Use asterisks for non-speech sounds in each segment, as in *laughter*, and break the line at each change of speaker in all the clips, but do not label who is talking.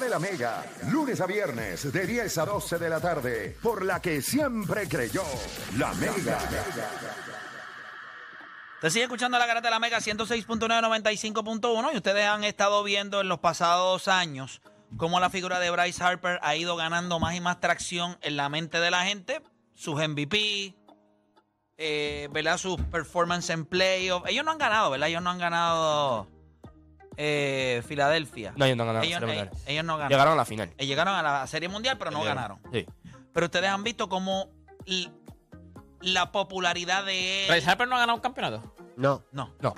de la Mega, lunes a viernes de 10 a 12 de la tarde, por la que siempre creyó la Mega.
Usted sigue escuchando la garata de la Mega 106.995.1 y ustedes han estado viendo en los pasados años cómo la figura de Bryce Harper ha ido ganando más y más tracción en la mente de la gente. Sus MVP, eh, ¿verdad? Sus performance en playoff. Ellos no han ganado, ¿verdad? Ellos no han ganado eh, Filadelfia.
No, ellos no ganaron.
ellos,
se lo
ellos-
ganaron.
ellos no ganaron.
Llegaron a la final.
Eh, Llegaron a la Serie Mundial, pero no
Llegaron.
ganaron.
Sí.
Pero ustedes han visto cómo l- la popularidad de él...
Bryce Harper no ha ganado un campeonato.
No.
No,
No.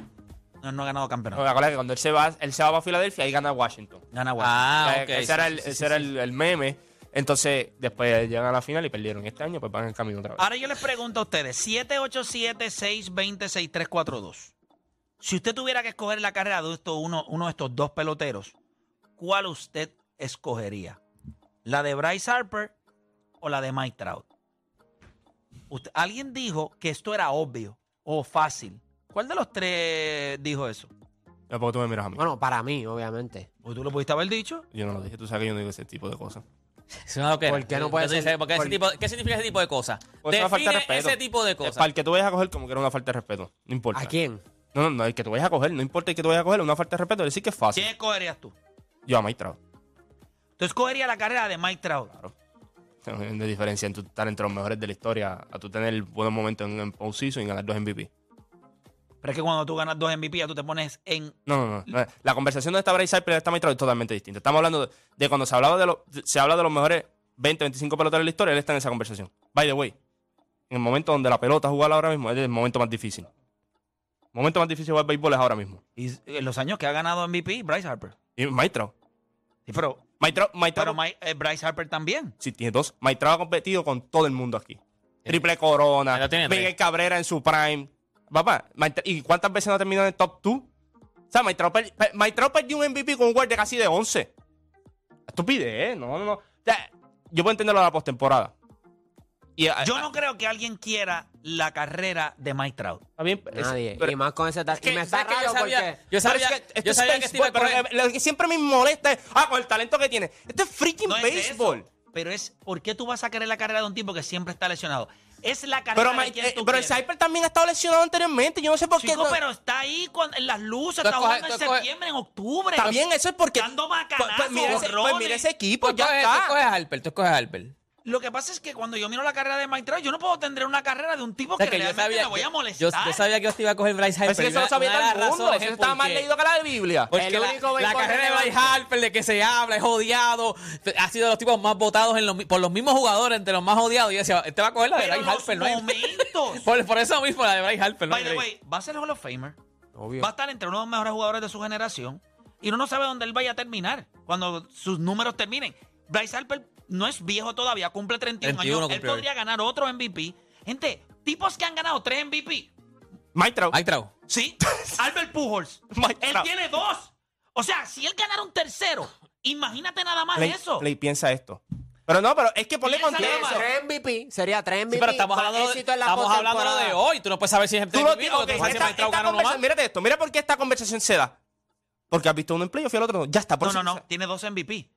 no, no ha ganado campeonato.
No, me acuerdo que cuando él se va, él se va a Filadelfia y gana Washington.
Gana Washington.
Ah,
Eh,
ok.
Ese
sí,
era,
sí,
el,
sí,
ese
sí,
era
sí.
el, el meme. Entonces, después llegan a la final y perdieron. Este año, pues van en el camino otra vez.
Ah.
Ahora yo les pregunto a ustedes, 787-620-6342. Si usted tuviera que escoger la carrera de estos uno, uno de estos dos peloteros, ¿cuál usted escogería? ¿La de Bryce Harper o la de Mike Trout? Usted- alguien dijo que esto era obvio o fácil. ¿Cuál de los tres dijo eso?
No, porque tú me miras a mí.
Bueno, para mí, obviamente.
Pues tú lo pudiste haber dicho.
Yo no lo dije. Tú sabes que yo no digo ese tipo de cosas.
Es una loquera.
¿Por qué no puede
Entonces,
ser?
porque ese
Por-
tipo- ¿Qué significa ese tipo de cosas?
Porque Pues es una falta de
Define
respeto.
ese tipo de
Es Para
cosas.
el que tú vayas a coger como que era una falta de respeto. No importa.
¿A quién?
No, no, no. El que tú vayas a coger. No importa el que tú vayas a coger. Una falta de respeto. Decir que es fácil.
¿Quién escogerías tú?
Yo a Mike Trout.
Tú escogerías la carrera de Mike Trout.
De diferencia en tu estar entre los mejores de la historia a tú tener buenos momentos en, en postseason y ganar dos MVP.
Pero es que cuando tú ganas dos MVP, ya tú te pones en
No, no, no, no. La conversación donde está Bryce Harper y donde está Mike Trout es totalmente distinta. Estamos hablando de, de cuando se hablaba de los, se habla de los mejores 20, 25 peloteros de la historia, él está en esa conversación. By the way, en el momento donde la pelota jugada ahora mismo, es el momento más difícil. El momento más difícil de jugar béisbol es ahora mismo.
Y en los años que ha ganado MVP, Bryce Harper.
Y Mike Trout.
Sí, pero
Mike Trout, Mike Trout-
pero Mike- eh, Bryce Harper también.
Sí, tiene dos. Mike Trout ha competido con todo el mundo aquí. Triple Corona,
Ya tiene tres.
Miguel Cabrera en su prime. Papá, Mike Trout- ¿y cuántas veces no ha terminado en el top 2? O sea, Mike Trout, per- per- Mike Trout perdió un MVP con un guardia casi de 11. Estupidez, ¿eh? No, no, no. O sea, yo puedo entenderlo de la postemporada. Y, eh,
Yo no creo que alguien quiera la carrera de Mike Trout.
está bien, es-
Nadie.
pero-
y más con ese tal.
que-
Y me está
¿sabes que yo
raro
sabía-
porque.
yo
pero
sabía,
es que esto
yo
es
sabía que este
béisbol,
Steve
pero, eh, lo que siempre me molesta es, ah, con el talento que tiene. Este es freaking
No es de eso,
béisbol.
pero es, ¿por qué tú vas a querer la carrera de un tipo que siempre está lesionado? Es la carrera
Pero,
de
Mike-
quien
eh,
tú
pero el
quieres.
Cyper también ha estado lesionado anteriormente. Yo no sé por qué.
Chico,
no-
pero está ahí cuando- en las luces,
Tú
está
escoges-
jugando en
tú escoges-
septiembre, en octubre.
Está bien, eso es porque.
Dando bacanazo,
pues, pues mira ese, pues mira ese equipo,
Pues
ya
ya Tú
está.
escoges a Harper, tú escoges a Harper.
Lo que pasa es que cuando yo miro la carrera de Mike Trout, yo no puedo tener una carrera de un tipo
O sea,
que,
que yo
realmente
sabía,
me voy
yo-
a
yo-
molestar.
Yo, sabía que yo te iba a coger Bryce Harper.
Así Pues que eso
Una-
lo sabía
una de
todo
las
el mundo.
razones
Eso
es
estaba más
porque-
leído que la de Biblia.
Porque
El
la,
único
la
béisbol
carrera de
relevante.
Bryce Harper, de que se habla, es odiado. Ha sido de los tipos más votados en los mi- por los mismos jugadores, entre los más odiados. Y yo decía, este va a coger la de
Pero
Bryce
los
Harper, ¿no? hay-
momentos.
*laughs* por, por eso mismo, la de Bryce Harper, ¿no?
By
hay
the
break.
way, va a ser el Hall of Famer.
Obvio.
Va a estar entre uno de los mejores jugadores de su generación. Y uno no sabe dónde él vaya a terminar cuando sus números terminen. Bryce Harper no es viejo todavía, cumple 31,
31
años. Él
cumplió hoy.
podría ganar otro MVP. Gente, tipos que han ganado tres MVP.
Mike Trout.
Mike Trout.
Sí, Albert Pujols.
Mike
él
Trout.
tiene dos. O sea, si él ganara un tercero, imagínate nada más
Play,
eso.
Play, piensa esto. Pero no, pero es que ponle
Piensa
contexto.
nada más.
Tres MVP. Sería tres MVP.
Sí, pero estamos
más
hablando, de,
éxito en la
estamos hablando
postemporada.
de hoy. Tú no puedes saber si es
Tú
MVP
lo tienes. ok,
o no. Tú no sabes si
esta-
Mike Trout
esta
gana uno más.
conversa- Mírate esto. Mira por qué esta conversación se da. Porque has visto uno en playoff y el otro no. Ya está. por
No, no,
si-
no, tiene dos MVP.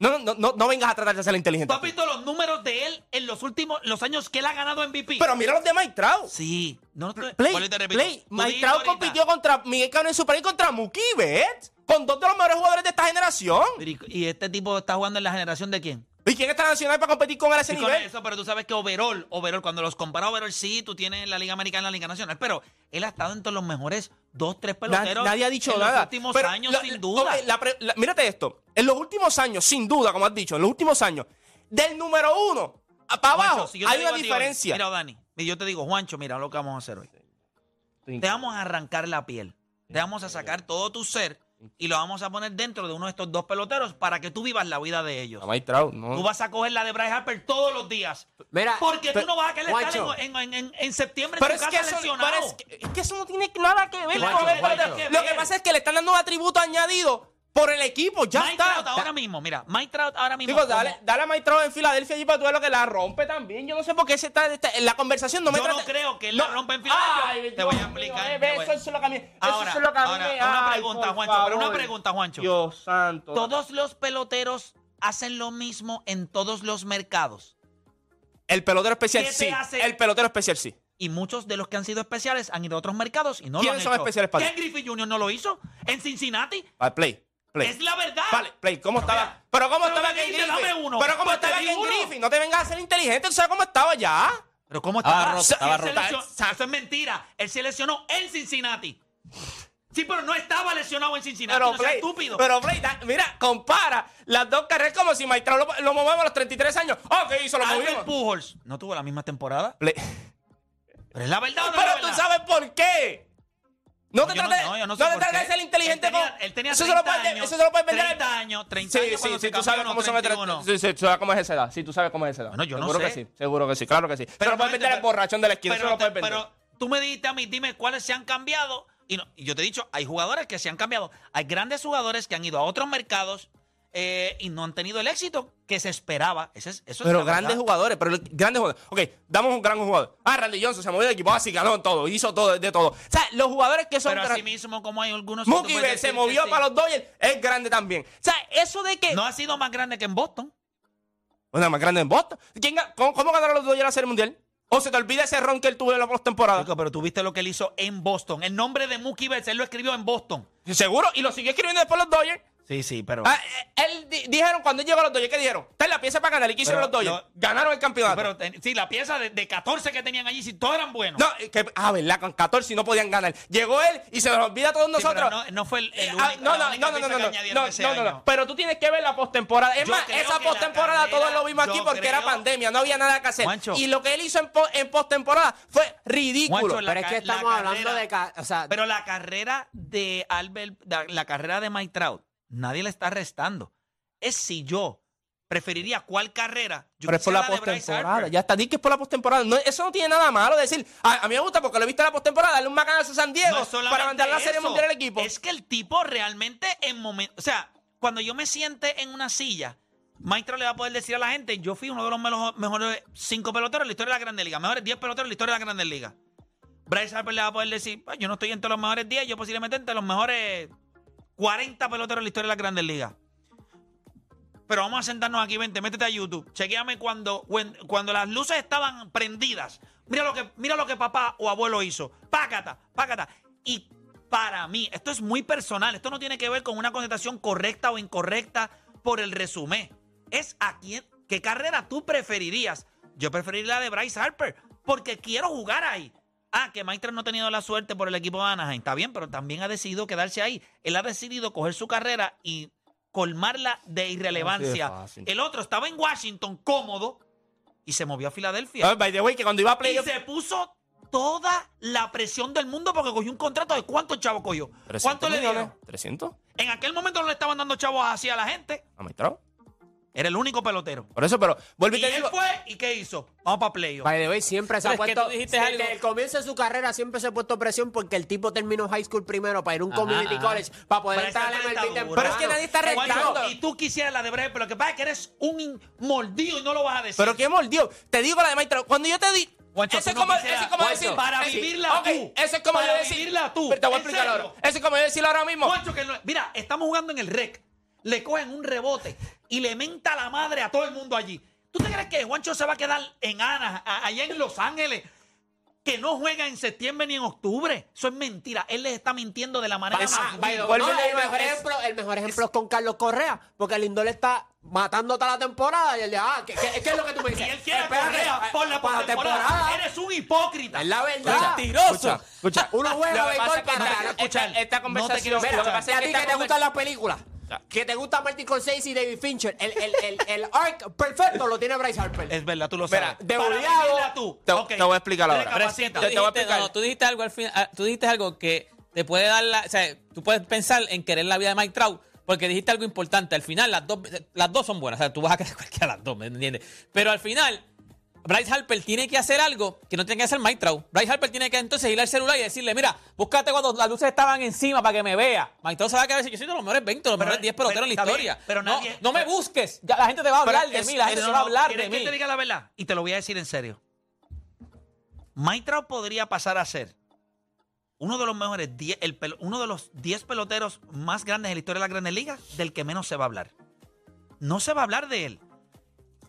No, no, no, no, no vengas a tratar de ser inteligente.
¿Tú has visto los números de él en los últimos los años que él ha ganado MVP?
Pero mira los de Mike Trout.
Sí, no estoy-
Play,
Vuelvo y te repito.
play.
Tú
Mike
dijiste
Trout
ahorita,
compitió contra Miguel Cano en su país contra Mookie Betts. Con dos de los mejores jugadores de esta generación.
pero ¿Y y este tipo está jugando en la generación de quién?
¿Y quién está nacional para competir con él a ese
Sí, con
nivel?
eso, pero tú sabes que overall, overall, cuando los compara overall, sí, tú tienes la Liga Americana, la Liga Nacional, pero él ha estado entre los mejores dos, tres
Na-
peloteros.
nadie ha dicho
en
nada.
los últimos
Pero
años,
la-
sin duda.
ok, la pre- la- mírate esto. En los últimos años, sin duda, como has dicho, en los últimos años, del número uno a- para
Juancho,
abajo,
si yo te
hay
digo
una
a ti hoy,
diferencia.
mira, Dani, y yo te digo, Juancho, mira lo que vamos a hacer hoy. Te vamos a arrancar la piel. Te vamos a sacar todo tu ser y lo vamos a poner dentro de uno de estos dos peloteros para que tú vivas la vida de ellos.
A Mike Trout, no.
Tú vas a coger la de Bryce Harper todos los días.
Mira,
porque tú
pero-
no vas a querer
Guacho.
estar en, en- en- en septiembre
Pero
en
es,
tu
que
casa
eso,
lesionado.
pero es que- es que eso no tiene nada que ver
Guacho,
con el-
guacho.
Lo que pasa es que le están dando un atributo añadido por el equipo. Ya
Mike
está.
Trout ahora mismo, mira, Mike Trout ahora mismo.
Digo,
como-
dale, dale a Mike Trout en Filadelfia allí para tú ver lo que la rompe también. Yo no sé por qué se está, está- en la conversación no me
Yo
trate-
no creo que él la rompa en Filadelfia.
Ay,
Te voy a
Dios
explicar,
mío,
te
eh,
voy a-
Eso es lo que a mí- eso
Ahora,
es lo que a mí
ahora,
me-
una
ay,
pregunta,
por
Juancho, pero una
favor.
pregunto, Juancho.
Dios santo.
Todos los peloteros hacen lo mismo en todos los mercados.
El pelotero especial
¿Qué te
sí.
hace?
El pelotero especial sí.
Y muchos de los que han sido especiales han ido a otros mercados y no lo han
¿Quiénes son
hecho.
especiales para ti?
Ken Griffey Jr. no lo hizo en Cincinnati.
Vale, play. Play.
Es la verdad.
Vale, play. ¿Cómo
Pero
estaba?
mira,
Pero ¿cómo
pero
estaba
me
Ken
dijiste,
Griffin?
dame uno.
Pero ¿cómo
Pues te
estaba
di
Ken
uno.
Griffin? No te vengas a ser inteligente. ¿Tú sabes cómo estaba ya?
Pero ¿cómo
Estaba
estaba?
roto,
O sea,
estaba
él se
roto.
lesionó- Eso es mentira. Él se lesionó en Cincinnati. Sí, pero no estaba lesionado en Cincinnati.
Pero
no seas
Play,
estúpido.
pero Play, da- mira, compara las dos carreras como si Maestro lo, lo movemos a los 33 años. Oh, ¿qué hizo? Lo
Albert
movimos.
Pujols no tuvo la misma temporada.
Play.
Pero es la
*laughs*
verdad o no es la
Pero tú
verdad?
sabes por qué. No te
Yo no-
trates
no,
no,
yo no
no
sé
te
por
trates
qué.
de ser inteligente.
Él tenía-
con-
él tenía
eso se lo
30
puede-
años,
Eso se lo puedes vender.
30 años, 30
sí,
años cuando
sí,
se
sí, tú
cambió,
sabes
no,
cómo se me
31.
Sí, sí, tú sabes cómo es esa edad. Sí, tú sabes cómo es esa edad.
Bueno, yo no
seguro
sé.
que sí, seguro que sí, claro que sí. Pero lo
no
puedes vender al borrachón de la esquina. Eso
Pero,
lo
te-
puedes vender.
pero tú me dijiste a mí, dime cuáles se han cambiado. Y, no- y yo te he dicho, hay jugadores que se han cambiado. Hay grandes jugadores que han ido a otros mercados eh, y no han tenido el éxito que se esperaba. Ese es- eso es
Pero
la
grandes
verdad.
jugadores, pero grandes jugadores. Ok, damos un gran jugador. Ah, Randy Johnson se movió de equipo, así ganó todo, hizo todo, de todo. O sea, los jugadores que son
Pero así
grandes.
mismo, como hay algunos. que tú
Mookie
puedes
Betts se
decir
movió
que sí.
para los Dodgers, es grande también. O sea, eso de que.
No ha sido más grande que en Boston.
Una más grande en Boston. ¿Quién ga- cómo, cómo ganaron los Dodgers la Serie Mundial? ¿O se te olvida ese ron que él tuvo en la postemporada?
Chico, pero tú viste lo que él hizo en Boston. El nombre de Mookie Betts, él lo escribió en Boston.
Seguro, y lo siguió escribiendo después los Dodgers.
Sí, sí, pero.
Ah, eh, él di- dijeron cuando él llegó a los Dodgers, ¿qué dijeron? Está en la pieza para ganar. ¿Y qué hicieron
Pero
los Dodgers?
no-
Ganaron el campeonato.
pero ten- sí, la pieza de, de 14 que tenían allí, si todos eran buenos.
no, eh, que, ah, ¿verdad? Con 14 no podían ganar. Llegó él y se nos olvida a todos
Sí, pero
nosotros.
no, no fue el, el
Eh,
único,
ah, no,
la
no,
única
no, no, no,
pieza
no,
que
no,
añadieron
no,
ese
no, no,
año.
no. Pero tú tienes que ver la postemporada. Es
Yo
más,
creo
esa
que la
postemporada
carrera-
todos lo vimos aquí
yo
porque era
creo-
pandemia, no había nada que hacer.
Juancho.
y lo que él hizo en, po- en postemporada fue ridículo.
Juancho, la
Pero es
ca-
que estamos
la
hablando
carrera-
de. ca- O sea,
Pero la carrera de Albert, da- la carrera de Mike Trout, nadie le está restando. Es si yo preferiría cuál carrera. Yo
pero es por
quisiera
la
de Bryce
postemporada.
Harper.
Ya está, di que es por la postemporada. No, eso no tiene nada malo decir. A, a mí me gusta porque lo he visto en la postemporada. Darle un macanazo a San Diego
No es solamente
para mandar la serie
eso.
mundial al equipo.
Es que el tipo realmente en momento, o sea, cuando yo me siente en una silla, Maestro le va a poder decir a la gente, yo fui uno de los melo- mejores cinco peloteros en la historia de la Grande Liga, mejores 10 peloteros en la historia de la Grande Liga. Bryce Harper le va a poder decir, "Pues, yo no estoy entre los mejores 10, yo posiblemente entre los mejores 40 peloteros en la historia de la Grandes Ligas. Pero vamos a sentarnos aquí, vente, métete a YouTube. Chequeame cuando, when- cuando las luces estaban prendidas. Mira lo, que, mira lo que papá o abuelo hizo. Pácata, pácata. Y para mí, esto es muy personal. Esto no tiene que ver con una contestación correcta o incorrecta por el resumen. Es a quién, qué carrera tú preferirías. Yo preferiría la de Bryce Harper porque quiero jugar ahí. Ah, que Maestre no ha tenido la suerte por el equipo de Anaheim. Está bien, pero también ha decidido quedarse ahí. Él ha decidido coger su carrera y colmarla de irrelevancia.
fácil.
el otro estaba en Washington cómodo y se movió a Filadelfia.
Ah, by the way, que cuando iba a
y
playoff.
se puso toda la presión del mundo porque cogió un contrato de cuántos chavos cogió. ¿Cuánto le dieron?
¿300?
En aquel momento no le estaban dando chavos así a la gente.
¿A Maestrao?
Era el único pelotero.
Por eso, pero vuelvo y
Y
te
él
digo.
fue y ¿qué hizo? Vamos para playoff.
by the way, siempre se
Pero
ha
es que
puesto.
tú dijiste
Desde
algo.
el comienzo de su carrera siempre se ha puesto presión porque el tipo terminó high school primero para ir a un
Ajá,
community
ajá.
college para poder
Pero
entrar
esa es
al
la
MLB temprano.
dictadura.
Pero es que nadie está
Juancho,
retando.
Y tú quisieras la de Brecht, pero lo que pasa es que eres un in- mordido y no lo vas a decir.
Pero qué mordió. Te digo la de Maestro. Cuando yo te di.
Juancho,
eso,
tú
es
no
como,
quisieras-
eso es como
Juancho,
decir.
para
sí,
vivirla
ok,
tú.
Eso es como
Para
yo decir.
vivirla tú.
Pero te voy a
¿En
explicar
serio?
ahora. Eso es como yo decirlo ahora mismo.
Juancho, que no- mira, estamos jugando en el rec. Le cogen un rebote y le menta la madre a todo el mundo allí. ¿Tú te crees que Juancho se va a quedar en Ana, a- allá en Los Ángeles? Que no juega en septiembre ni en octubre. Eso es mentira. Él les está mintiendo de la manera
Ah,
más
by
vil.
the way,
Vuelve
no,
y le
el,
digo,
mejor
es-
ejemplo, el mejor ejemplo es con Carlos Correa, porque Lindor está matando toda la temporada y él dice, ah, ¿qué, qué- qué es lo que tú me
Y
dices?
él quiere a
Espérate,
Correa
eh,
por la
para
temporada. Eres un hipócrita.
Es la
Escucha,
verdad.
Mentiroso.
Escucha,
Uno juega
Lo que pasa
béisbol
es que
para
esta-
ganar.
escuchar.
Esta, esta
No te quiero
conversación.
escuchar.
lo que pasa
Y
es
a
que
ti
esta
que te
conver-
gustan las películas. Que te gusta Martin Scorsese y David Fincher. El, el, el, el arc perfecto lo tiene Bryce Harper.
Es verdad, tú lo
Mira,
sabes.
de
Para
obligado-
vivirla tú.
Te-
Ok.
te voy a explicar ahora.
Recapacita.
Te
Tú
voy a
dijiste-
explicar.
no, tú dijiste algo al fin- ah, tú dijiste algo que te puede dar la. O sea, tú puedes pensar en querer la vida de Mike Trout porque dijiste algo importante. Al final, las dos, las dos son buenas. O sea, tú vas a querer *laughs* cualquiera de las dos, ¿me entiendes? Pero al final, Bryce Harper tiene que hacer algo que no tiene que hacer Mike Trout. Bryce Harper tiene que entonces ir al celular y decirle, mira, búscate cuando las luces estaban encima para que me vea. Mike Trout se va a quedar y decir, yo soy de los mejores 20, los
Pero-
mejores 10 peloteros en la
pero- está
historia.
bien, pero
no,
nadie-
no me
pero-
busques. Ya la gente te va a
Pero
hablar de
es-
mí, la gente
es-
se
no,
va a
no,
hablar
¿quieres
de mí.
que te diga la verdad? Y te lo voy a decir en serio. Mike Trout podría pasar a ser uno de los mejores, die- el pel- uno de los 10 peloteros más grandes en la historia de la Grandes Ligas, del que menos se va a hablar. No se va a hablar de él.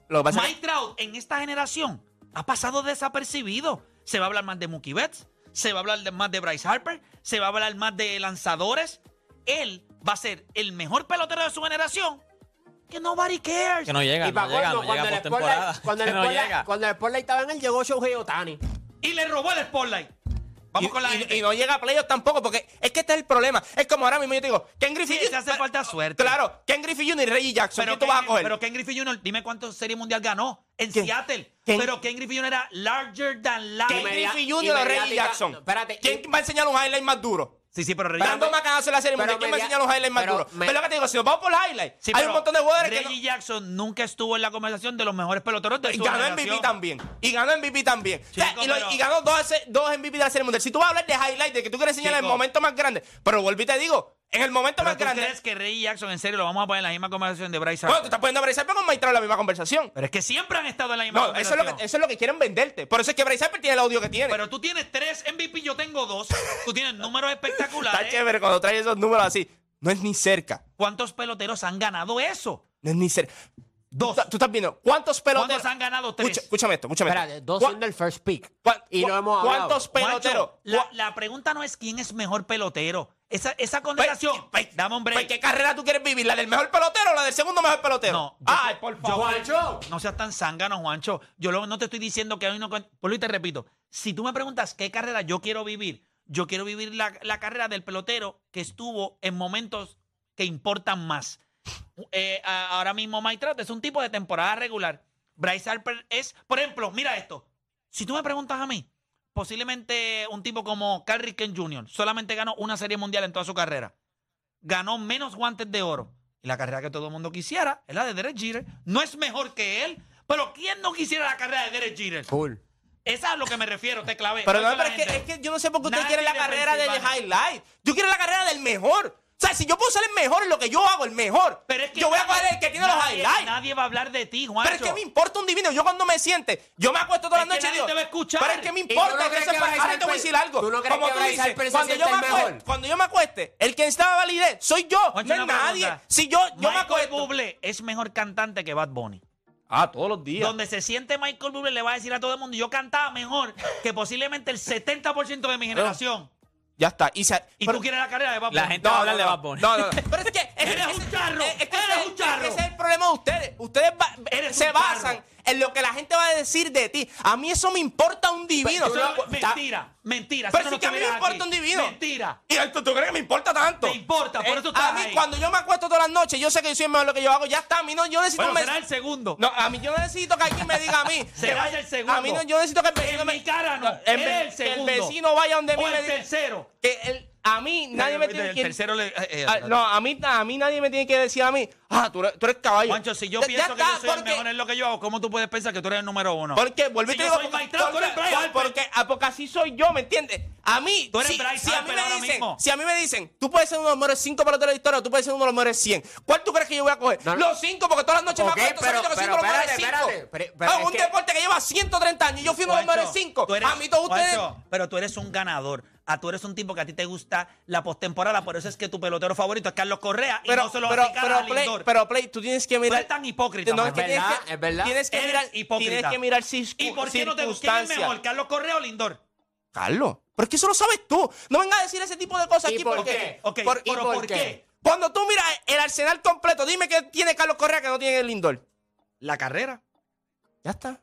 Lo que pasa es
Mike Trout en esta generación ha pasado desapercibido. Se va a hablar más de Mookie Betts, se va a hablar de- más de Bryce Harper, se va a hablar más de lanzadores. Él va a ser el mejor pelotero de su generación que nobody cares.
Que no llega,
Y pa'
no llega, no
colmo,
llega
cuando el
postemporada.
Spotlight- cuando
*laughs*
el
Que no
Spotlight-
llega.
cuando el Spotlight estaba en él, llegó Shohei Otani.
y le robó el spotlight. Vamos
y,
con la
y-
gente.
y no llega a playoffs tampoco, porque es que este es el problema. Es como ahora mismo yo te digo, Ken Griffey
Sí, te hace
Pero-
falta suerte.
Claro, Ken Griffey Jr. y Reggie Jackson,
pero,
¿quién tú vas a
Ken-
coger?
pero Ken Griffey Jr., dime cuántos Serie Mundial ganó en
¿Quién?
Seattle.
¿Quién?
Pero Ken Griffey Jr. era larger than
Ken
life.
Inmedi-
Griffey Jr. o Reggie
inmediática-
Jackson.
espérate,
¿Quién
y-
va a enseñar un highlight más duro?
Sí, sí, pero Reggie,
Dando
Pero-
más cagazo en la serie
pero
mundial, ¿quién va a
media-
enseñar los highlights más
pero
duros?
me-
¿Ves lo que te digo? Si nos vamos por los highlights,
sí,
hay
pero
un montón de jugadores que no-
Reggie Jackson nunca estuvo en la conversación de los mejores peloteros de
Y
su
ganó
generación.
MVP también. Y ganó MVP también. O sea,
Chico,
y, lo-
pero-
y ganó dos, hace- dos MVP de la Serie Mundial. Si tú vas a hablar de highlight, de que tú quieres enseñar el
Chico.
momento más grande. Pero volví y te digo, en el momento
Pero
más
¿tú
grande.
crees que Reggie Jackson, en serio, lo vamos a poner en la misma conversación de Bryce
Bueno,
Harper?
tú estás poniendo a Bryce Harper con Maestro en la misma conversación.
pero es que siempre han estado en la misma
No, eso
conversación.
es, lo que, eso es lo que quieren venderte. Por eso es que Bryce Harper tiene el audio que tiene.
Pero tú tienes tres MVP, yo tengo dos. tú tienes números espectaculares.
*laughs* Está chévere cuando traes esos números así. No es ni cerca.
¿Cuántos peloteros han ganado eso?
No es ni cerca.
Dos.
Tú, tú estás viendo cuántos peloteros.
¿Cuántos han ganado? Tres.
Escucha- Escúchame esto, escúchame esto.
Espérate, dos
¿Cuá-
siendo el first pick.
cuá-
Y no
cuá-
hemos hablado.
¿Cuántos peloteros?
Juancho, la,
¿Cuá-
la pregunta no es quién es mejor pelotero. Esa, esa
Pues,
conversación.
pues,
Dame un break.
pues, ¿Qué carrera tú quieres vivir? ¿La del mejor pelotero o la del segundo mejor pelotero?
No, yo-
Ay, por favor.
Juancho.
No seas tan zángano, Juancho. Yo lo- no te estoy diciendo que hoy no. con- Por y te repito. Si tú me preguntas qué carrera yo quiero vivir, yo quiero vivir la, la carrera del pelotero que estuvo en momentos que importan más. Eh, a- ahora mismo, Mike Trout es un tipo de temporada regular. Bryce Harper es, por ejemplo, mira esto. Si tú me preguntas a mí, posiblemente un tipo como Carl Ricken Jr. solamente ganó una serie mundial en toda su carrera. ganó menos guantes de oro. Y la carrera que todo el mundo quisiera es la de Derek Jeter. No es mejor que él, pero ¿quién no quisiera la carrera de Derek Jeter?
Cool.
Esa es a lo que me refiero, te clavé.
Pero
Voy
no,
con
pero
la
es que, es
gente.
que yo no sé por qué usted
Nadie
quiere la
de
carrera del
Pensilvania.
highlight. Yo quiero la carrera del mejor. O sea, si yo puedo ser el mejor en lo que yo hago, el mejor.
Pero es que
yo voy a
nadie-
coger el que tiene los
nadie-
highlights.
Nadie va a hablar de ti, Juancho.
pero es que me importa un divino. Yo cuando me siente, yo me acuesto toda
Es
la
que
noche y
nadie
digo.
te va a escuchar.
Pero es que me
¿Y
tú
importa.
no crees
entonces,
que
para-
Bryce
ahora te voy a
Harper-
decir algo.
tú no crees
Como
que
tú
Bryce
dices,
Harper se
cuando yo
sienta
me
el mejor?
acueste, cuando yo me acueste, el que estaba validez soy yo,
Juancho,
no es
una
nadie.
pregunta.
Si yo, yo me
Michael
acuesto.
Bublé es mejor cantante que Bad Bunny.
Ah, todos los días.
Donde se siente Michael Bublé le va a decir a todo el mundo, yo cantaba mejor que posiblemente el 70% de mi generación.
Ya está. Y, se-
Y
pero-
tú quieres la carrera de Bad Bunny.
La gente va a hablar de Bad Bunny.
No, no, no. Pero es que. es-
Eres
es-
un charro,
Es, es que
eres
ese-
un charro.
es que ese es el problema de ustedes. Ustedes va-
Eres
se
un charro.
basan en lo que la gente va a decir de ti. A mí eso me importa un divino.
Eso no-
Ta-
mentira, mentira.
Pero
eso
si
no
es que a mí me
estuvieras
importa
aquí.
un divino.
Mentira.
¿Y esto tú crees que me importa tanto?
Te importa, por
Eh,
eso estás
A mí,
ahí.
cuando yo me acuesto todas las noches, yo sé que yo soy el mejor en lo que yo hago. Ya está. A mí no, yo necesito
Bueno,
un
será
mes-
el segundo.
No, a mí yo no necesito que alguien me diga
*laughs*
a mí. que
Será
vaya-
el segundo.
A mí no, yo necesito que el vecino
En
me-
mi cara no.
el,
Eres el
que el
segundo.
vecino vaya donde mí
O
y me
el
diga-
tercero.
Que el- a mí nadie me tiene
El
que-
tercero le... eh, eh,
Ah, no, a mí, a mí nadie me tiene que decir a mí, ah, tú eres, tú eres caballo.
Juancho, si yo
Ya-
pienso
ya
que yo
está,
soy el
porque-
mejor en lo que yo hago, ¿cómo tú puedes pensar que tú eres el número uno?
Porque, volví
Si
te
yo
digo,
soy
porque,
Mike Trout, tú eres
porque-
Bryce Harper.
porque, ah, porque así soy yo, ¿me entiendes? A mí,
Tú eres
si,
Bryce
si a mí
Harper
me
ahora
dicen,
mismo.
si a mí me dicen, tú puedes ser uno de los mejores cinco peloteros de la historia, o tú puedes ser uno de los mejores 100. ¿Cuál tú crees que yo voy a coger?
No, no.
Los cinco, porque todas las noches
Ok,
me acuesto
pero-
sabiendo que soy
pero
uno de los mejores
espérate,
cinco.
espérate, pero- pero
Ah,
es
un
que-
deporte que lleva 130 años, yo fui uno de los
Juancho,
mejores cinco.
tú eres-
a mí todos ustedes...
Juancho, pero tú eres un ganador. A tú eres un tipo que a ti te gusta la postemporada. Por eso es que tu pelotero favorito es Carlos Correa y
Pero,
no se lo
pero,
aplican
pero,
a
Play,
Lindor.
pero, Play, tú tienes que
Tú
mirar...
eres tan hipócrita.
No,
mano.
es que tienes
verdad,
que,
es verdad.
Tienes que
Eres
mirar,
hipócrita.
tienes que mirar cis-
¿Y por qué no te gusta quién es
circunstancias.
mejor, Carlos Correa o Lindor?
Carlos, pero es que eso lo sabes tú. No vengas a decir ese tipo de cosas
¿Y
aquí
por
porque.
qué?
Ok,
por-
pero
por
¿por
qué?
qué?
cuando tú miras el arsenal completo, dime qué tiene Carlos Correa que no tiene el Lindor.
La carrera.
Ya está.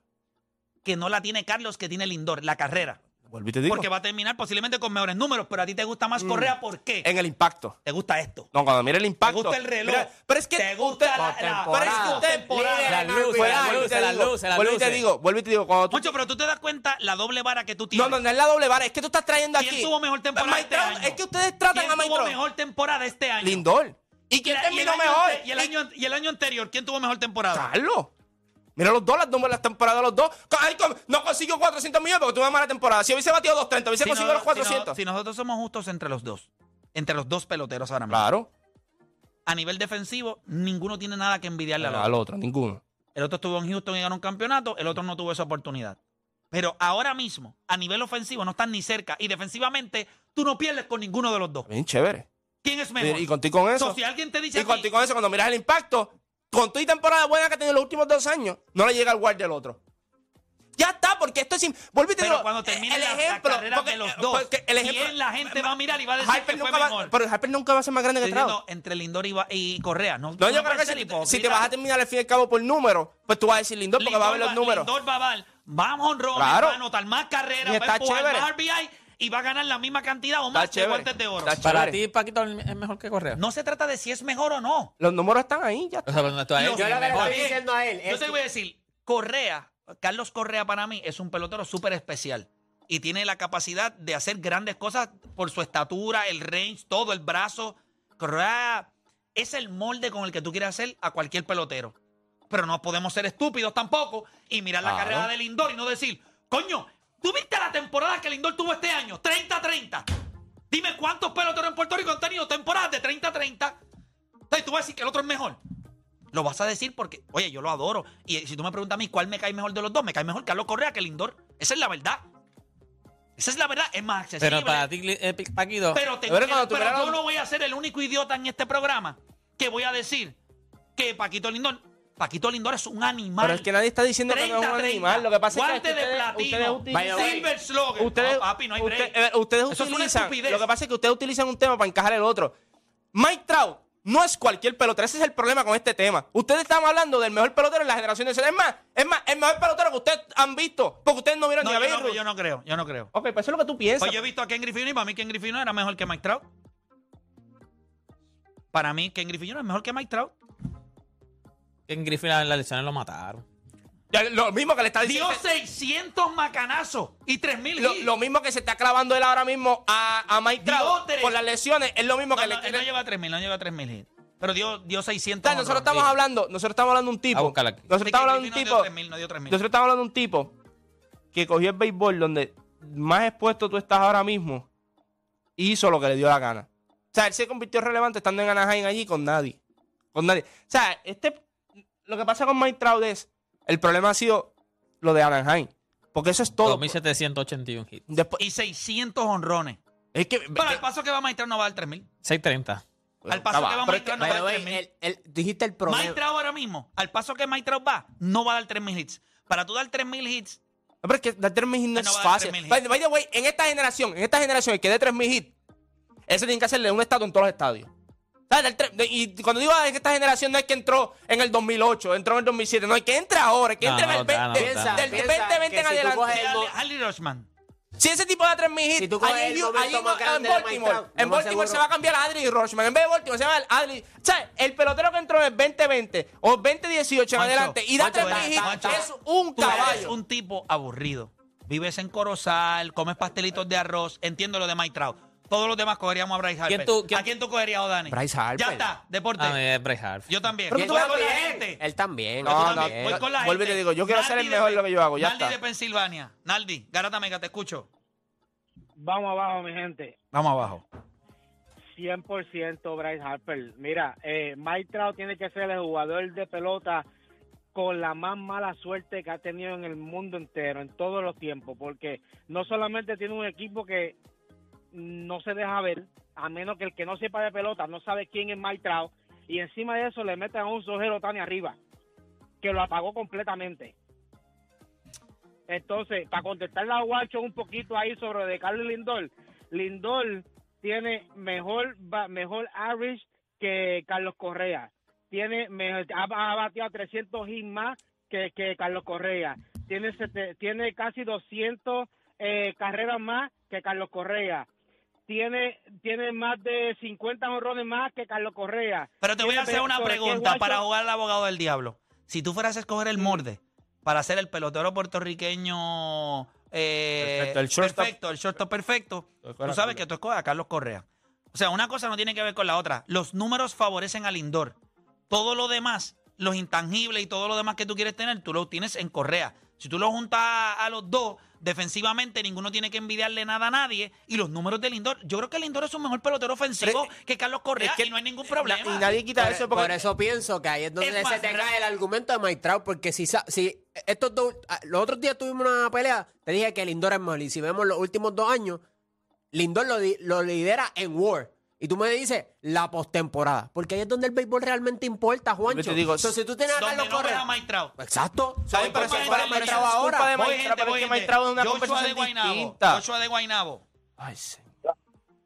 Que no la tiene Carlos, que tiene Lindor. La carrera.
Vuelvo y te digo. Mm.
Porque va a terminar posiblemente con mejores números, pero a ti te gusta más Correa, ¿por qué?
En el impacto.
¿Te gusta esto?
No, cuando mira el
¿Te
impacto.
gusta el reloj?
Mira, pero es que.
¿Te gusta la, la-
Pero es que
temporada?
usted-
temporada?
Líder
Las
en arbitraje.
luces, las luces, las luces, las
Vuelvo y te
luces.
digo, vuelvo y te digo, cuando tú-
Moncho, pero tú te das cuenta la doble vara que tú
No,
tienes.
no, no es la doble vara, es que tú estás trayendo aquí.
¿Quién tuvo mejor temporada
Mike
este
Trout,
año?
Es que ustedes tratan
¿Quién
a Mike
tuvo
Trout.
mejor temporada este año?
Lindor. ¿Y
¿Y,
quién
la- y el
terminó
año
mejor? Ah,
ante- y el año, y el año anterior, ¿quién tuvo mejor temporada?
Carlos. Mira los dos, las dos las temporadas de los dos. Co- ay, com- no consiguió 400 millones porque tuvo una mala temporada. Si hubiese batido 230, hubiese
Si no-
conseguido los
si no-
400.
si nosotros somos justos entre los dos, entre los dos peloteros ahora mismo,
Claro.
a nivel defensivo, ninguno tiene nada que envidiarle al otro.
Al otro, ninguno.
El otro estuvo en Houston y ganó un campeonato, el otro no tuvo esa oportunidad. Pero ahora mismo, a nivel ofensivo, no están ni cerca. Y defensivamente, tú no pierdes con ninguno de los dos.
Bien chévere.
¿Quién es
Y,
mejor?
y contigo con eso.
So, si alguien te dice
y
a ti,
contigo con eso, cuando miras el impacto, con tu temporada buena que ha tenido los últimos dos años, no le llega al guard del otro. Ya está, porque esto es. sin- Vuelvo y te
pero
digo, e-,
cuando termine
el
la, la
ejemplo,
carrera
porque- eh,
de los dos,
porque el ejemplo,
¿quién la gente va a mirar y va a decir
Harper
que fue
nunca va-
mejor?
pero Harper nunca va a ser más grande que
Estoy diciendo,
Trout.
entre Lindor y, Va- y Correa. No,
No,
no
yo creo
puedes
que
ser
si,
hipócrita.
si te vas a terminar al fin y al cabo por números, pues tú vas a decir Lindor porque va a ver los
va-
números.
Lindor va a dar más honrones,
Claro.
va a anotar más carreras,
Y
va
está
a empujar
chévere.
más RBI y va a ganar la misma cantidad o
Está
más de
chévere.
guantes de oro.
Está chévere.
Para ti, Paquito, es mejor que Correa.
No se trata de si es mejor o no.
Los números están ahí, ya
O
está.
sea, pero no estoy ahí,
Yo
sí,
Yo lo que le
mejor.
estoy diciendo a él
Yo
es
te voy a decir, Correa, Carlos Correa para mí es un pelotero súper especial y tiene la capacidad de hacer grandes cosas por su estatura, el range, todo, el brazo. Correa es el molde con el que tú quieres hacer a cualquier pelotero. Pero no podemos ser estúpidos tampoco y mirar la
Claro.
carrera de Lindor y no decir, coño, ¿tú viste la temporada que Lindor tuvo este año? 30-30. Dime cuántos peloteros en Puerto Rico han tenido temporadas de 30-30. Entonces tú vas a decir que el otro es mejor. Lo vas a decir porque, oye, yo lo adoro. Y eh, si tú me preguntas a mí cuál me cae mejor de los dos, me cae mejor Carlos Correa que Lindor. Esa es la verdad. Esa es la verdad. Es más accesible.
Pero para ti, eh, Paquito.
Pero, te-
Pero cuando
pero
tuvieran-
yo no voy a ser el único idiota en este programa que voy a decir que Paquito Lindor. Paquito Lindor es un animal.
Pero es que nadie está diciendo que no es un
30-30.
animal. Lo que pasa es que
Guante de
ustedes- ustedes
platino.
utilizan-
Silver Slugger.
Ustedes,
No, papi, no hay
usted-
break.
eh, ustedes
Eso es una
utilizan.
estupidez.
Lo que pasa es que ustedes utilizan un tema para encajar el otro. Mike Trout no es cualquier pelotero. Ese es el problema con este tema. Ustedes estaban hablando del mejor pelotero en la generación de Es más, es más, el mejor pelotero que ustedes han visto. Porque ustedes no vieron
No,
ni a
yo no,
Beirut.
yo no creo, yo no creo.
Ok, pues eso es lo que tú piensas.
Pues yo he visto a Ken Griffin y para mí Ken Griffin era mejor que Mike Trout. Para mí Ken Griffin es mejor que Mike Trout.
En Griffin en las lesiones lo mataron.
Ya, Lo mismo que le está diciendo.
Dio 600 macanazos y 3000
Lo,
hits.
lo mismo que se está clavando él ahora mismo a, a Mike
Dio
Trout
tres.
por las lesiones. Es lo mismo
No,
que
no,
le
él no lleva 3000, no lleva 3000 hits. Pero dio, dio 600.
Dale, nosotros
honrones.
estamos hablando, nosotros estamos hablando de un tipo.
A buscarla aquí.
Nosotros
Sí,
estamos
Ken
hablando de un
Griffey
tipo.
No dio 3000, no
Nosotros
dio 3000.
estamos hablando de un tipo que cogió el béisbol donde más expuesto tú estás ahora mismo y hizo lo que le dio la gana. O sea, él se convirtió relevante estando en Anaheim allí con nadie. Con nadie. O sea, este lo que pasa con Mike Trout es el problema ha sido lo de Anaheim, porque eso es todo.
2781 hits.
Después-
Y 600 honrones.
es que
Pero al paso que va Mike Trout no va a dar 3000.
630.
Al paso
Estaba,
que va
pero
Mike
es que-
Trout no va a
Pero
dar
ey,
3000.
el- el- dijiste el
Mike
problema.
Trout ahora mismo, al paso que Mike Trout va, no va a dar 3000 hits. Para tú dar 3000 hits,
No, pero es que dar 3.000 hits no
Ah, no
es
va a dar
fácil.
3.000
By, the- by the way, en esta generación, en esta generación, el que dé 3.000 hits, ese tiene que hacerle un estatus en todos los estadios. ¿Sabes? Dar tres- de- Y cuando digo en esta generación, no es que entró en el 2008, entró en el 2007, no, es que entra ahora, es que
No,
entra en
no,
el
da, no,
20,
da.
del
Piensa
2020 en
que si tú
adelante.
coges-
dale
no.
a Harley Rushman.
Si ese tipo da 3.000 hits,
Si tú coges
allí en
el
Yu-
momento
allí en-
más grande
en
de Mike
Baltimore,
Trout, lo
en
más
Baltimore se
seguro-
va a cambiar a Adley Rushman. En vez de Baltimore se va a Adley. ¿Sabes? El pelotero que entró en el 2020 o 2018 en
Mancho,
adelante y da
Mancho,
3.000 hits
Mancho,
es un
Tú eres
caballo.
un tipo aburrido. Vives en Corozal, comes pastelitos de arroz. Entiendo lo de Mike Trout. Todos los demás cogeríamos a Bryce Harper.
¿Quién tú- quién-
¿A quién tú cogerías, O'Dani?
Bryce Harper.
Ya está, deporte.
Ah, es Bryce Harper.
yo también.
Pero
Y él
tú vas
voy con la
también,
gente.
Él también.
No,
él
no,
también.
Voy con la
Vuelvo y
gente.
te digo, yo quiero hacer el
de
mejor
Pe-
lo que yo hago, ya
Naldi
está.
de Pensilvania. Naldi, Garata Mega, te escucho.
Vamos abajo, mi gente.
Vamos abajo.
100% Bryce Harper. Mira, eh, Mike Trout tiene que ser el jugador de pelota con la más mala suerte que ha tenido en el mundo entero, en todos los tiempos, porque no solamente tiene un equipo que no se deja ver, a menos que el que no sepa de pelota no sabe quién es Mike Trout, y encima de eso le meten a un sojero tan arriba, que lo apagó completamente. Entonces, para contestar a Guacho un poquito ahí sobre lo de Carlos Lindor, Lindor tiene mejor ba- mejor average que Carlos Correa. Tiene mejor- ha, ha batido a 300 hits más que, que Carlos Correa. Tiene sete- tiene casi 200 eh, carreras más que Carlos Correa. Tiene, tiene más de 50 honrones más que Carlos Correa.
Pero te voy a hacer una pregunta para jugar al abogado del diablo. Si tú fueras a escoger el morde para ser el pelotero puertorriqueño eh,
Perfecto, el shortstop.
perfecto, el shortstop perfecto,
Escoger
tú
a
sabes
Correa.
que tú escoges a Carlos Correa. O sea, una cosa no tiene que ver con la otra. Los números favorecen al Lindor. Todo lo demás, los intangibles y todo lo demás que tú quieres tener, tú lo tienes en Correa. Si tú lo juntas a los dos, defensivamente ninguno tiene que envidiarle nada a nadie. Y los números de Lindor, yo creo que Lindor es un mejor pelotero ofensivo que Carlos Correa
es que
y no hay ningún problema. e-
Y nadie quita
Por,
eso
por
porque.
eso pienso que ahí es donde
Es
se
más,
te
ra-
cae el argumento de Mike Trout, porque si, sa- si estos dos, ah, los otros días tuvimos una pelea, te dije que Lindor es mejor, y si vemos los últimos dos años, Lindor lo, di- lo lidera en War. Y tú me dices la postemporada, porque ahí es donde el béisbol realmente importa, Juancho.
te digo,
Entonces, si tú tienes a
Donde
Carlos
no ves
Correa...
a Mike Trout.
Exacto.
¿Sabes?
Voy
Pero
Soy
eso
por
es
gente,
para
culpa de
voy
Mike
Mike
gente.
Trout
Trout
ahora.
culpa de
Voy
Mike Trout,
gente,
pero
voy
es que Mike
gente.
Trout es una
Joshua
conversación
de Guaynabo.
distinta.
Joshua de Guaynabo.
Ay, sí.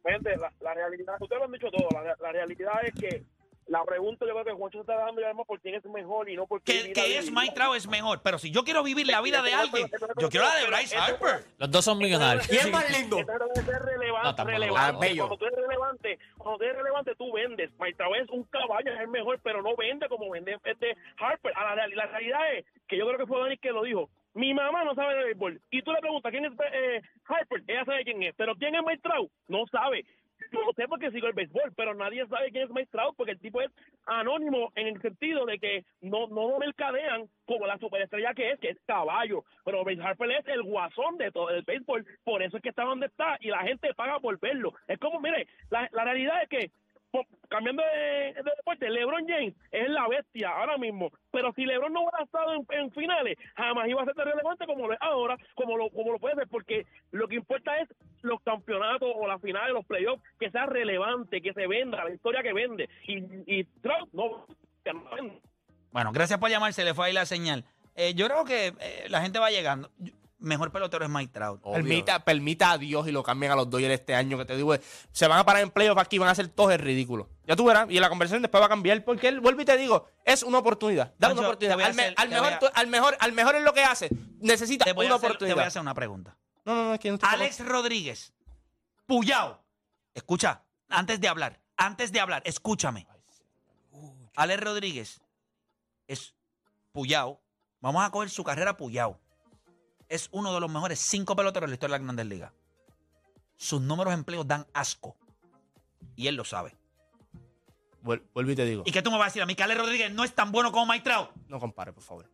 Gente, la, la realidad, ustedes lo han dicho todo, la, la realidad es que la pregunta yo creo que Juancho se está dejando llevar más por quién es mejor y no por quién
Que, que es Mike Trout es mejor. Pero si yo quiero vivir la vida de alguien, yo quiero la de Bryce Harper.
Los dos son millonarios.
¿Quién es más lindo?
Pero debe ser
No,
relevante,
tampoco.
Ah,
relevante.
bello.
Cuando tú eres relevante, cuando tú eres relevante, tú vendes. Maestra es un caballo, es el mejor, pero no vende como vende este Harper. A la, real- la realidad es que yo creo que fue Dani que lo dijo. Mi mamá no sabe de béisbol. Y tú le preguntas quién es eh, Harper, ella sabe quién es. Pero quién es Maestrao, no sabe. Yo lo sé porque sigo el béisbol, pero nadie sabe quién es Maestrao porque el tipo es anónimo en el sentido de que no, no lo mercadean como la superestrella que es, que es caballo. Pero Bryce Harper es el guasón de todo el béisbol, por eso es que está donde está y la gente paga por verlo. Es como, mire, la, la realidad es que, po- cambiando de, de deporte, LeBron James es la bestia ahora mismo, pero si LeBron no hubiera estado en, en finales, jamás iba a ser tan relevante como lo es ahora, como lo, como lo puede ser, porque lo que importa es los campeonatos o las finales, los playoffs, que sea relevante, que se venda, la historia que vende. Y, y Trout no, no vende.
Bueno, gracias por llamar. Se le fue ahí la señal. Eh, yo creo que eh, la gente va llegando. Yo- Mejor pelotero es Mike Trout.
Permita, permita a Dios y lo cambian a los Dodgers este año, que te digo, eh, se van a parar en playoff aquí, van a hacer todos el ridículo. Ya tú verás, y la conversación después va a cambiar, porque él, vuelvo y te digo, es una oportunidad. Dale
Pancho,
una
te
oportunidad.
voy a
Al, me-
hacer-
al
te voy
mejor,
a-
tú- al mejor, al mejor es lo que hace. Necesita
Te voy,
una
a hacer, te
oportunidad.
voy a hacer una pregunta.
No, no, no, es que no estoy-
Alex Rodríguez. Puyao. Escucha, antes de hablar, antes de hablar, escúchame. Alex Rodríguez es Puyao. Vamos a coger su carrera Puyao. Es uno de los mejores cinco peloteros de la historia de la Grandes Ligas. Sus números de empleo dan asco. Y él lo sabe.
Vuel- Vuelvo y te digo.
¿Y qué tú me vas a decir a mí? Que Alex Rodríguez no es tan bueno como Mike Trout.
No compare, por favor.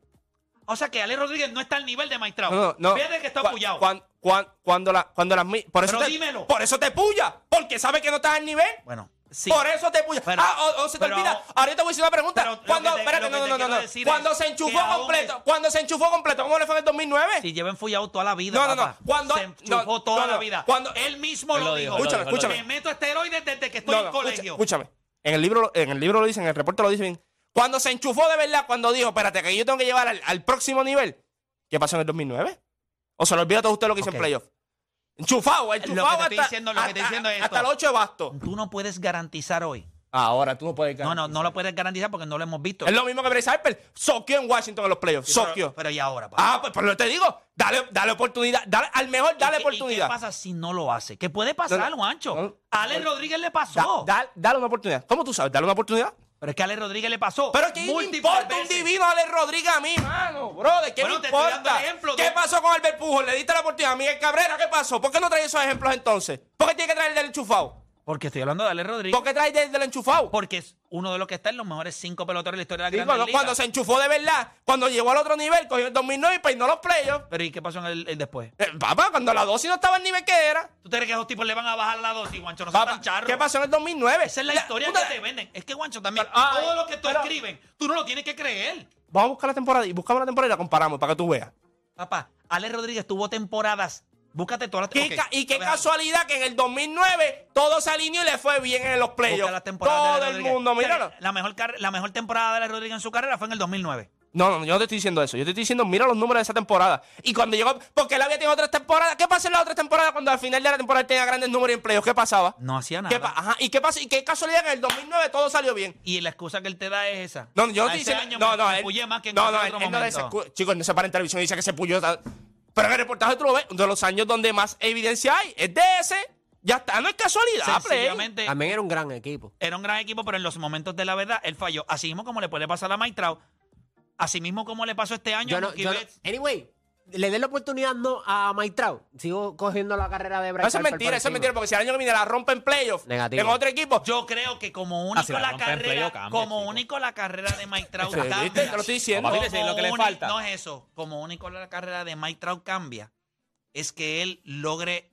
O sea que Alex Rodríguez no está al nivel de Mike Trout.
No, no, no.
Fíjate que está
Cu-
Puyao.
cuan- cuan- cuando, la, cuando las mi- por eso
Pero
te,
dímelo.
Por eso te puya. Porque sabe que no estás al nivel.
Bueno, sí.
Por eso te puya.
Pero-
ah, o, o se te
pero
olvida.
aún-
Ahorita voy a hacer una pregunta.
Pero lo
cuando,
que te-
espérate,
lo que
no,
te
no, no,
quiero
no.
decir
Cuando
es
se enchufó
que aún
completo.
es-
Cuando se enchufó completo. ¿Cómo le fue en el 2009?
*laughs* Si lleven follado toda la vida.
No, no, no.
papá.
Cuando-
se enchufó
no,
toda
no,
la
no.
vida.
Cuando-
él mismo
Él
lo
lo
dijo.
dijo,
Escúchame,
él lo dijo.
escúchame.
Me meto esteroides desde que estoy
No,
en
no,
colegio.
escucha- Escúchame. En el libro, en el libro lo dicen, en el reporte lo dicen. Cuando se enchufó de verdad, cuando dijo, espérate, que yo tengo que llevar al, al próximo nivel. ¿Qué pasó en el 2009? ¿O se lo olvida a todos ustedes lo que hizo
Ok.
en playoff? Enchufado, enchufado
te estoy
hasta,
diciendo- lo que te estoy
hasta-
diciendo es
hasta
esto.
el 8 de basto.
Tú no puedes garantizar hoy.
Ahora tú no puedes
No, no,
garantizar.
no lo puedes garantizar porque no lo hemos visto.
Es lo mismo que Bryce Harper. Soqueó en Washington en los playoffs.
Sí,
Soqueó.
pero, pero y ahora, papá?
Ah, pues, pero te digo, dale, dale oportunidad. Dale, al mejor,
¿Y
dale
qué- ¿Y
oportunidad.
qué pasa si no lo hace? ¿Qué puede pasar,
No, no,
Juancho?
no.
a Alex Rodríguez le
Da-
pasó.
da- dale una oportunidad. ¿Cómo tú sabes? Dale una oportunidad.
Pero es que a Alex Rodríguez le pasó.
Pero ¿qué me
múltiples
importa un
veces.
divino Alex Rodríguez a mí, mano? Brother, ¿qué
Bueno,
me
te estoy dando
importa?
ejemplo,
¿Qué
tú-
pasó con Albert Pujol? ¿Le diste la oportunidad a Miguel Cabrera? ¿Qué pasó? ¿Por qué no traes esos ejemplos entonces? ¿Por qué tiene que traer el del enchufado?
Porque estoy hablando de Alex Rodríguez.
¿Por qué traes el del enchufado?
Porque es uno de los que está en los mejores cinco peloteros de la historia de la
Digo,
Grandes
no,
Ligas.
cuando se enchufó de verdad, cuando llegó al otro nivel, cogió el 2009 y peinó los playoffs.
Pero ¿y qué pasó en el, el después?
Eh, papá, cuando la dosis no estaba al nivel que era.
¿Tú crees que esos tipos le van a bajar la dosis, Juancho? No sean
Papá,
tan charros.
¿qué pasó en el 2009?
Esa es la
Ya,
historia
puta,
que te venden. Es que, Juancho, también
Pero, ay,
todo lo que tú
pero-
escriben, tú no lo tienes que creer.
Vamos a buscar la temporada y buscamos la temporada y la comparamos para que tú veas.
Papá, Alex Rodríguez tuvo temporadas. Búscate todas las Ok,
¿Qué ca- y qué
a ver,
casualidad que en el 2009 todo se alineó y le fue bien en los
busca
playoffs.
las temporadas de Alex
Todo el
Rodríguez.
mundo,
Mira,
míralo.
La mejor, car- la mejor temporada de Alex Rodríguez en su carrera fue en el 2009.
No, no, yo no te estoy diciendo eso. Yo te estoy diciendo, mira los números de esa temporada. Y cuando llegó, porque él había tenido otras temporadas. ¿Qué pasa en la otra temporada cuando al final de la temporada tenía grandes números en playoffs? ¿Qué pasaba?
No hacía nada.
¿Qué pa- Ajá. ¿Y qué pasa? ¿Y qué casualidad que en el 2009 todo salió bien?
Y la excusa que él te da es esa.
No, no, yo no
A
te
ese
diciendo.
año
No,
me-
no,
me
él-
puyé más que en
no, no,
cualquier
él-
otro
él no
momento.
desacu- Chicos, no se para en televisión y dice que se puyó. tal. Pero en el reportaje tú lo ves, de los años donde más evidencia hay, es de ese. Ya está, no es casualidad, play.
Sencillamente,
También era un gran equipo.
era un gran equipo, pero en los momentos de la verdad, él falló. Así mismo como le puede pasar a Mike Trout, así mismo como le pasó este año
Yo
a
no,
Mookie
yo no-
Betts.
Anyway, le den la oportunidad no a Mike Trout. Sigo cogiendo la carrera de Bryce
No, eso es
Harper por
mentira, eso es
encima.
mentira, porque si el año que viene la rompe en playoff,
Negativo.
en otro equipo,
Yo creo que como
Ah,
único
si la
la,
rompe en
carrera,
playoff, cambia,
como
chico.
único la carrera de Mike
*laughs*
Trout
Sí,
cambia.
¿viste? Te lo estoy diciendo.
Papi, sí, lo que le
uni-
falta.
No es eso. Como único la carrera de Mike Trout cambia, es que él logre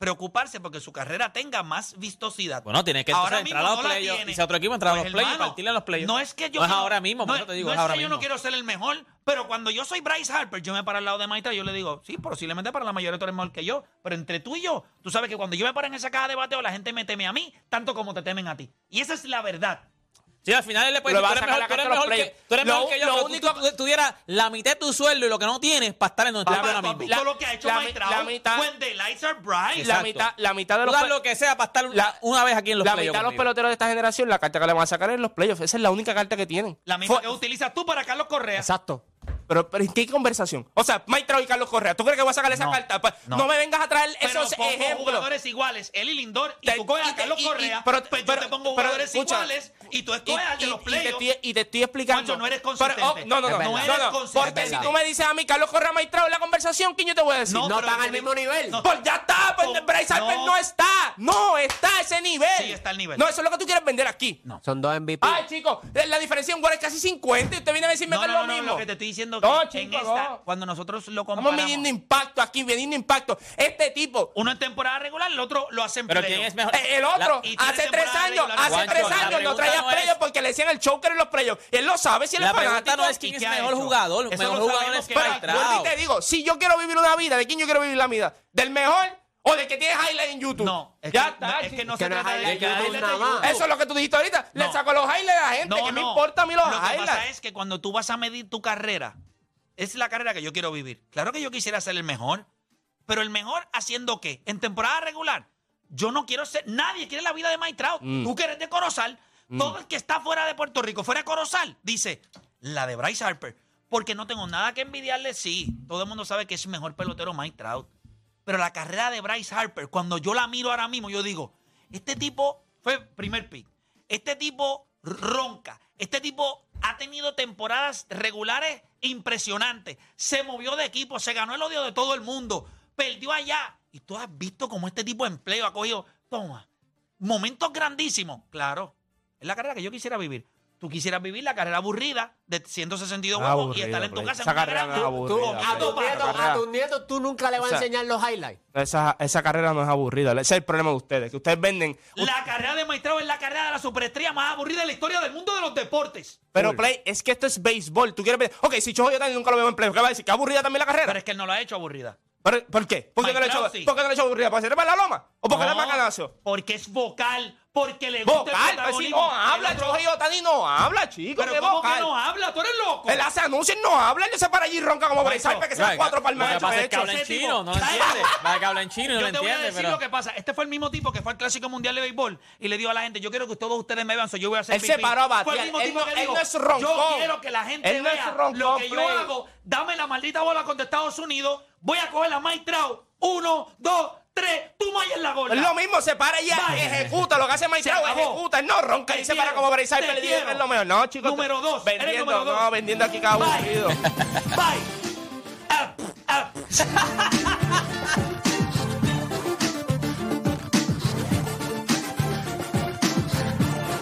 preocuparse porque su carrera tenga más vistosidad.
Bueno, tienes que
Ahora
entonces, entrar a
mismo no
los
la
playoffs.
tiene.
Y si otro equipo entrar a los
Pues,
playoffs y
hermano,
partirle a los playoffs.
No es que yo.
No es
quiero-
ahora mismo,
no
por
es-
eso te digo,
no
es
es
ahora
que yo
mismo.
no quiero ser el mejor, pero cuando yo soy Bryce Harper, yo me paro al lado de Mike Trout, yo le digo, sí, posiblemente para la mayoría tú eres mejor que yo, pero entre tú y yo, tú sabes que cuando yo me paro en esa caja de bateo, la gente me teme a mí tanto como te temen a ti. Y esa es la verdad.
Sí, al final él le puede
Lo va
decir,
a
tú eres
sacar
mejor,
la
tú eres
carta a los
mejor que,
playoffs.
tú eres
Lo-
mejor que yo.
lo
pero tú-
único-
tú, tú tuvieras la mitad de tu sueldo y lo que no tienes para estar en donde estás
Papi,
tú ahora
Papi,
mismo.
la-
todo lo que ha hecho
la mi-
Mike Trout,
la mitad-
when the lights are bright.
la
Exacto.
mitad, la mitad de
Tú
los
das
play-
lo que sea para estar
la-
una vez aquí en los
la
playoffs
mitad de los
conmigo.
peloteros de esta generación, la carta que le van a sacar es en los playoffs. Esa es la única carta que tienen.
La misma
Fue-
que utilizas tú para Carlos Correa.
Exacto.
Pero, pero ¿en qué conversación? O sea, Mike Trout y Carlos Correa, ¿tú crees que voy a sacar esa
No,
carta? Pa-
no.
no. me vengas a traer
Pero
esos
pongo
ejemplos.
jugadores iguales, él y Lindor, y
Te-
tú coges
y
a
te-
Carlos
y- y-
Correa,
pero-
pues yo
pero-
te pongo
pero
jugadores
escucha,
iguales, y tú escoges al de los
y te
playoffs.
estoy, y te estoy explicando.
Juancho, no eres
Pero,
consistente.
oh, no, no,
Es
no.
verdad.
no,
No
eres
no,
consistente.
Porque
Es
si
verdad.
tú me dices a mí, Carlos Correa, Mike Trout en la conversación, ¿quién yo te voy a decir?
No,
No
pero
están
yo
al
te
mismo
digo-
nivel.
no.
Pues ya está, pues
No,
Bryce Harper
no.
no. está, no está a ese nivel.
Sí, está al nivel.
No, eso es lo que tú quieres vender aquí.
No.
Son dos MVP.
Ay, chicos, la diferencia en War es casi 50 y usted viene a decirme
No,
que
no,
es
no, no,
lo mismo.
lo que te estoy diciendo que
No,
en
chico,
esta,
no.
cuando nosotros lo
Estamos
comparamos,
midiendo impacto aquí, midiendo impacto. Este tipo,
uno en temporada regular, el otro lo hace en
Pero
playoff.
quién es mejor.
eh, el otro,
y tiene
hace tres
temporada
años,
regular.
hace
Juancho,
tres
la
años no
pregunta
traía
no es-
playoffs porque le decían el choker en los playoffs. Él lo sabe si él es
La pregunta
fanático.
no es
¿Y
quién es
qué ha
mejor
hecho?
jugador.
Eso
Mejor
lo
jugador
sabemos
es
que
Pero
Mike
vuelvo y
Trout.
te digo, si yo quiero vivir una vida, ¿de quién yo quiero vivir la vida? ¿Del mejor o del que tiene highlight en YouTube?
No, es
ya
que,
está.
no, es que
chico.
no se
Que no es
trata de
highlight
que
YouTube
highlight
nada
de
más.
YouTube.
Eso es lo que tú dijiste ahorita.
No.
Le saco los highlights a la gente. que me importa a mí los
Lo que
highlights?
pasa es que cuando tú vas a medir tu carrera, es la carrera que yo quiero vivir. Claro que yo quisiera ser el mejor, pero el mejor haciendo qué? En temporada regular. Yo no quiero ser. Nadie quiere la vida de Mike Trout.
Mm.
Tú que eres de Corozal, todo el que está fuera de Puerto Rico, fuera de Corozal, dice la de Bryce Harper. Porque no tengo nada que envidiarle, sí. Todo el mundo sabe que es el mejor pelotero Mike Trout. Pero la carrera de Bryce Harper, cuando yo la miro ahora mismo, yo digo, este tipo fue primer pick, este tipo ronca, este tipo ha tenido temporadas regulares impresionantes, se movió de equipo, se ganó el odio de todo el mundo, perdió allá. Y tú has visto cómo este tipo de empleo ha cogido, toma, momentos grandísimos, claro. Es la carrera que yo quisiera vivir. Tú quisieras vivir la carrera aburrida de 162 huevos y estar en tu casa en una granja
Tú,
con
a,
pato
tu
para-
nieto, a tu nieto tú nunca le vas
O sea,
a enseñar los highlights.
Esa, esa carrera no es aburrida. Ese es el problema de ustedes. Que ustedes venden.
La carrera de Maestrao es la carrera de la superestrella más aburrida de la historia del mundo de los deportes.
Pero, Play, es que esto es béisbol. Tú quieres ver. Ok, si yo yo nunca lo veo en playoff, ¿qué va a decir? Que aburrida también la carrera.
Pero es que él no la ha hecho aburrida.
¿Pero ¿Por qué? ¿Por qué
Mike
no lo he hecho,
Trout sí.
¿por qué no lo he hecho aburrida? ¿Para hacer para la loma? ¿O porque
No,
le más canazo?
Porque es vocal, porque le gusta
Vocal,
el
pues sí,
protagonismo.
no habla,
El otro-
Jorge Otani no habla, chico,
Pero
qué
¿cómo
vocal.
que no habla? ¿Tú eres loco?
Él hace anuncios, y no habla, él se para allí y ronca como Bryce Harper, que se da
Mike,
cuatro palmas
Lo que
hecho,
pasa es que
hecho.
habla en
Ese tipo,
chino, no lo
cállate.
entiende. Pasa que habla en chino y no
yo
lo
te voy a
entiende.
decir
pero-
lo que pasa. Este fue el mismo tipo que fue al Clásico Mundial de Béisbol y le dijo a la gente, yo quiero que todos ustedes me vean, so yo voy a hacer
Él se paró a
Fue el
batear.
mismo
Él
tipo
no-
que
él
dijo,
no es roncón.
yo quiero que la gente
Él no es
vea lo
roncón,
que yo
play.
hago. Dame la maldita bola contra Estados Unidos, voy a coger la Mike Trout. Uno, dos, tres, tú en la gorda.
Es lo mismo, se para y
Bye.
ejecuta lo que hace Mike
Se
Trout,
acabó.
ejecuta, él no ronca
Te
y se para
quiero,
como Bryce
te
Harper, le dice
quiero.
que es lo mejor. No, chicos,
Número dos, eres
vendiendo,
número dos.
no, vendiendo aquí cada
Bye.
aburrido.
Bye. Ah, ah.